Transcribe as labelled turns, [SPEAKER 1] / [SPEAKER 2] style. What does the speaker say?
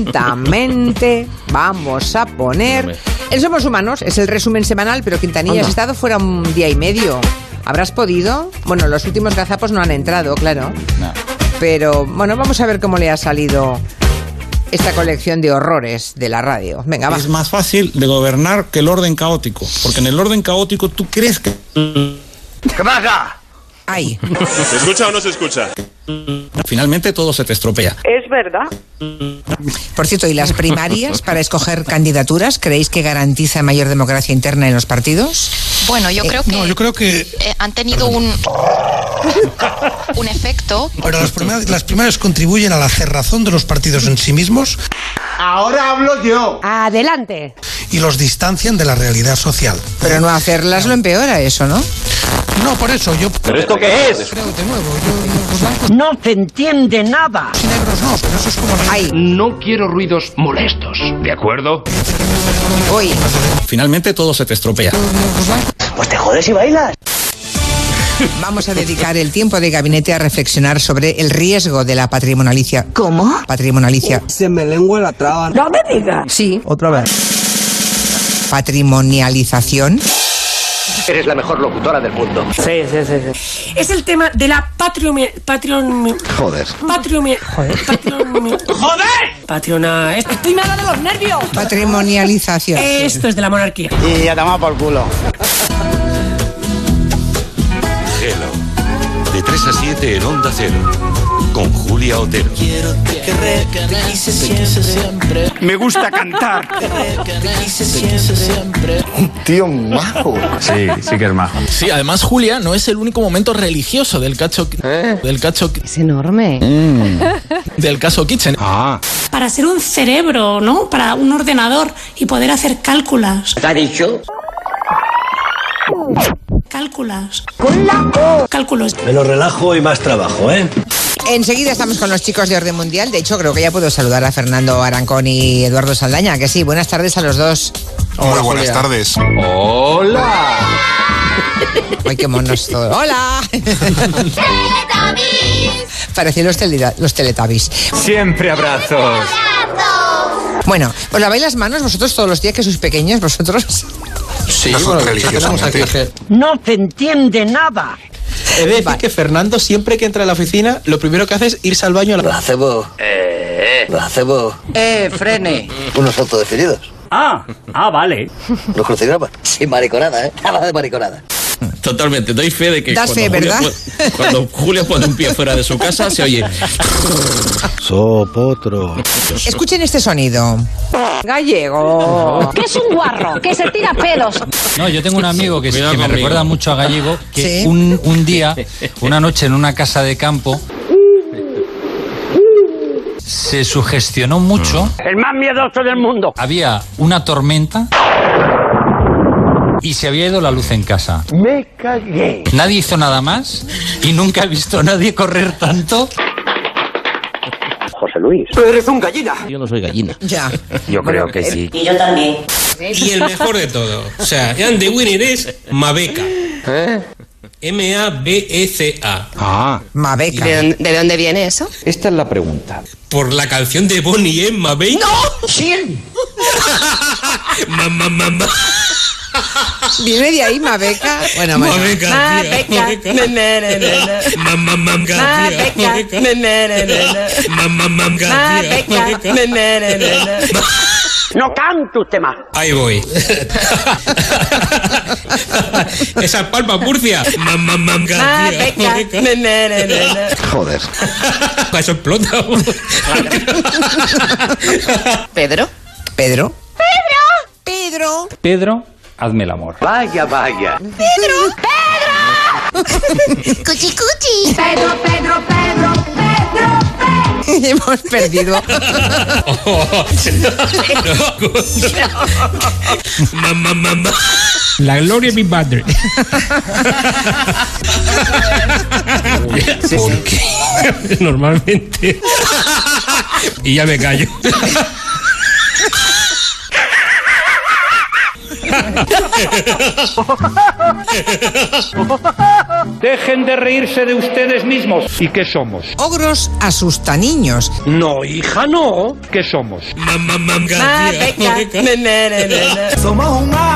[SPEAKER 1] Lentamente vamos a poner. En Somos Humanos es el resumen semanal, pero Quintanilla,
[SPEAKER 2] Anda.
[SPEAKER 1] has estado fuera un día y medio. ¿Habrás podido? Bueno, los últimos gazapos no han entrado, claro.
[SPEAKER 2] No.
[SPEAKER 1] Pero bueno, vamos a ver cómo le ha salido esta colección de horrores de la radio. Venga, va.
[SPEAKER 2] Es más fácil de gobernar que el orden caótico, porque en el orden caótico tú crees que
[SPEAKER 1] Ahí.
[SPEAKER 3] ¿Se escucha o no se escucha?
[SPEAKER 2] finalmente todo se te estropea.
[SPEAKER 4] Es verdad.
[SPEAKER 5] Por cierto, ¿y las primarias para escoger candidaturas creéis que garantiza mayor democracia interna en los partidos?
[SPEAKER 6] Bueno, yo creo que
[SPEAKER 7] Eh, No, yo creo que
[SPEAKER 6] eh, han tenido un, un efecto.
[SPEAKER 7] ahora las primarias, las primarias contribuyen a la cerrazón de los partidos en sí mismos
[SPEAKER 4] Adelante.
[SPEAKER 7] y los distancian de la realidad social.
[SPEAKER 1] Pero no hacerlas lo empeora eso, ¿no?
[SPEAKER 7] No, por eso yo
[SPEAKER 8] ¿Pero esto qué es?
[SPEAKER 7] creo de nuevo, yo, yo- los blancos
[SPEAKER 9] No te entiende nada.
[SPEAKER 7] y negros no, pero eso es como la
[SPEAKER 1] Ahí.
[SPEAKER 8] No quiero ruidos molestos, ¿de acuerdo?
[SPEAKER 1] Uy.
[SPEAKER 2] Finalmente todo se te estropea.
[SPEAKER 9] Pues te jodes y bailas.
[SPEAKER 1] Vamos a dedicar el tiempo de gabinete a reflexionar sobre el riesgo de la patrimonialicia.
[SPEAKER 5] ¿Cómo?
[SPEAKER 1] Patrimonialicia.
[SPEAKER 9] Uh, Se me lengua la traba. No me digas.
[SPEAKER 1] Sí.
[SPEAKER 9] Otra vez.
[SPEAKER 1] Patrimonialización.
[SPEAKER 8] Eres la mejor locutora del mundo.
[SPEAKER 9] Sí, sí, sí. sí.
[SPEAKER 10] es el tema de la patriome... Patrion...
[SPEAKER 8] Joder.
[SPEAKER 10] Patriome... Joder. ¡Joder! Patriona... Estoy mala de los nervios.
[SPEAKER 1] Patrimonialización.
[SPEAKER 10] Esto es de la monarquía.
[SPEAKER 9] Y ya te vamos por culo.
[SPEAKER 3] De 3 a 7 en Onda Cero. Con Julia Otero.
[SPEAKER 8] Me gusta cantar.
[SPEAKER 11] Tío majo.
[SPEAKER 8] Sí, sí que es majo.
[SPEAKER 2] Sí, además Julia no es el único momento religioso del cacho del cacho
[SPEAKER 4] ¿Eh? Es enorme.
[SPEAKER 2] del caso Kitchen.
[SPEAKER 10] Para ser un cerebro, ¿no? Para un ordenador y poder hacer cálculos.
[SPEAKER 9] ¿Te ha dicho?
[SPEAKER 10] Cálculos. Cálculos.
[SPEAKER 11] Me lo relajo y más trabajo, ¿eh?
[SPEAKER 1] Enseguida estamos con los chicos de Orden Mundial. De hecho, creo que ya puedo saludar a Fernando Arancón y Eduardo Saldaña, que sí. Buenas tardes a los dos.
[SPEAKER 11] Muy buenas tardes.
[SPEAKER 1] Ay, qué monos todos. ¡Hola! Parecían los, teleda- los teletabis.
[SPEAKER 8] Siempre abrazos.
[SPEAKER 1] Bueno, ¿os laváis las manos vosotros todos los días que sois pequeños? ¿Vosotros?
[SPEAKER 2] Sí,
[SPEAKER 11] Nosotros
[SPEAKER 2] bueno, de hecho, tenemos aquí
[SPEAKER 11] religiosamente.
[SPEAKER 9] No te entiende nada.
[SPEAKER 2] He de decir
[SPEAKER 1] Vale.
[SPEAKER 2] Eh, que Fernando siempre que entra a la oficina, lo primero que hace es irse al baño a la...
[SPEAKER 8] eh.
[SPEAKER 9] Eh, frene.
[SPEAKER 8] Unos autodefinidos.
[SPEAKER 9] Ah, ah, vale.
[SPEAKER 8] Los crucigramas. Sin mariconada, ¿eh? Nada de mariconada.
[SPEAKER 2] Totalmente, doy fe de que
[SPEAKER 1] Das
[SPEAKER 2] cuando,
[SPEAKER 1] fe,
[SPEAKER 2] Julia,
[SPEAKER 1] ¿verdad?
[SPEAKER 2] pone- cuando Julia pone un pie fuera de su casa, se oye...
[SPEAKER 11] Sopotro.
[SPEAKER 1] Escuchen este sonido. Gallego.
[SPEAKER 4] Que es un guarro, que se tira pelos.
[SPEAKER 2] No, yo tengo un amigo que,
[SPEAKER 8] que me recuerda
[SPEAKER 2] mucho a Gallego,
[SPEAKER 1] que Sí.
[SPEAKER 2] un, día, una noche en una casa de campo, se sugestionó mucho
[SPEAKER 9] El más miedoso del mundo.
[SPEAKER 2] Había una tormenta y se había ido la luz en casa.
[SPEAKER 9] Me cagué.
[SPEAKER 2] Nadie hizo nada más y nunca he visto a nadie correr tanto.
[SPEAKER 8] José Luis.
[SPEAKER 1] Ya.
[SPEAKER 8] Yo creo que sí.
[SPEAKER 9] Y yo también.
[SPEAKER 2] Y el mejor de todo. O sea, and the winner es Mabeca. M-A-B-E-C-A.
[SPEAKER 1] Mabeca.
[SPEAKER 6] ¿De dónde viene eso?
[SPEAKER 8] Esta es la pregunta.
[SPEAKER 2] Por la canción de Bonnie M. Mabeca. ¡No! mamá, mamá.
[SPEAKER 1] Viene de ahí Mabeca. Bueno, bueno.
[SPEAKER 2] Mabeca, tía, Mabeca. Mamá, mamá, tía, Mabeca. Mamá, mamá, tía, Mabeca.
[SPEAKER 9] No canto usted más.
[SPEAKER 2] Ahí voy. Esa es palma Murcia. Mamá, mamá, tía, Mabeca.
[SPEAKER 8] Joder.
[SPEAKER 2] Eso explota.
[SPEAKER 1] Pedro.
[SPEAKER 6] Pedro.
[SPEAKER 1] Pedro. Pedro.
[SPEAKER 2] Pedro, hazme el amor.
[SPEAKER 8] Vaya, vaya.
[SPEAKER 4] Pedro, Pedro, Pedro, Pedro.
[SPEAKER 1] Hemos perdido.
[SPEAKER 2] Mamá, mamá. La gloria de mi madre. ¿Por qué? Normalmente. Y ya me callo.
[SPEAKER 12] Dejen de reírse de ustedes mismos. ¿Y qué somos?
[SPEAKER 1] Ogros asustan niños.
[SPEAKER 12] No, hija, no. ¿Qué somos?
[SPEAKER 1] Ma, venga. Me, me, me, me.
[SPEAKER 12] Somos humanos.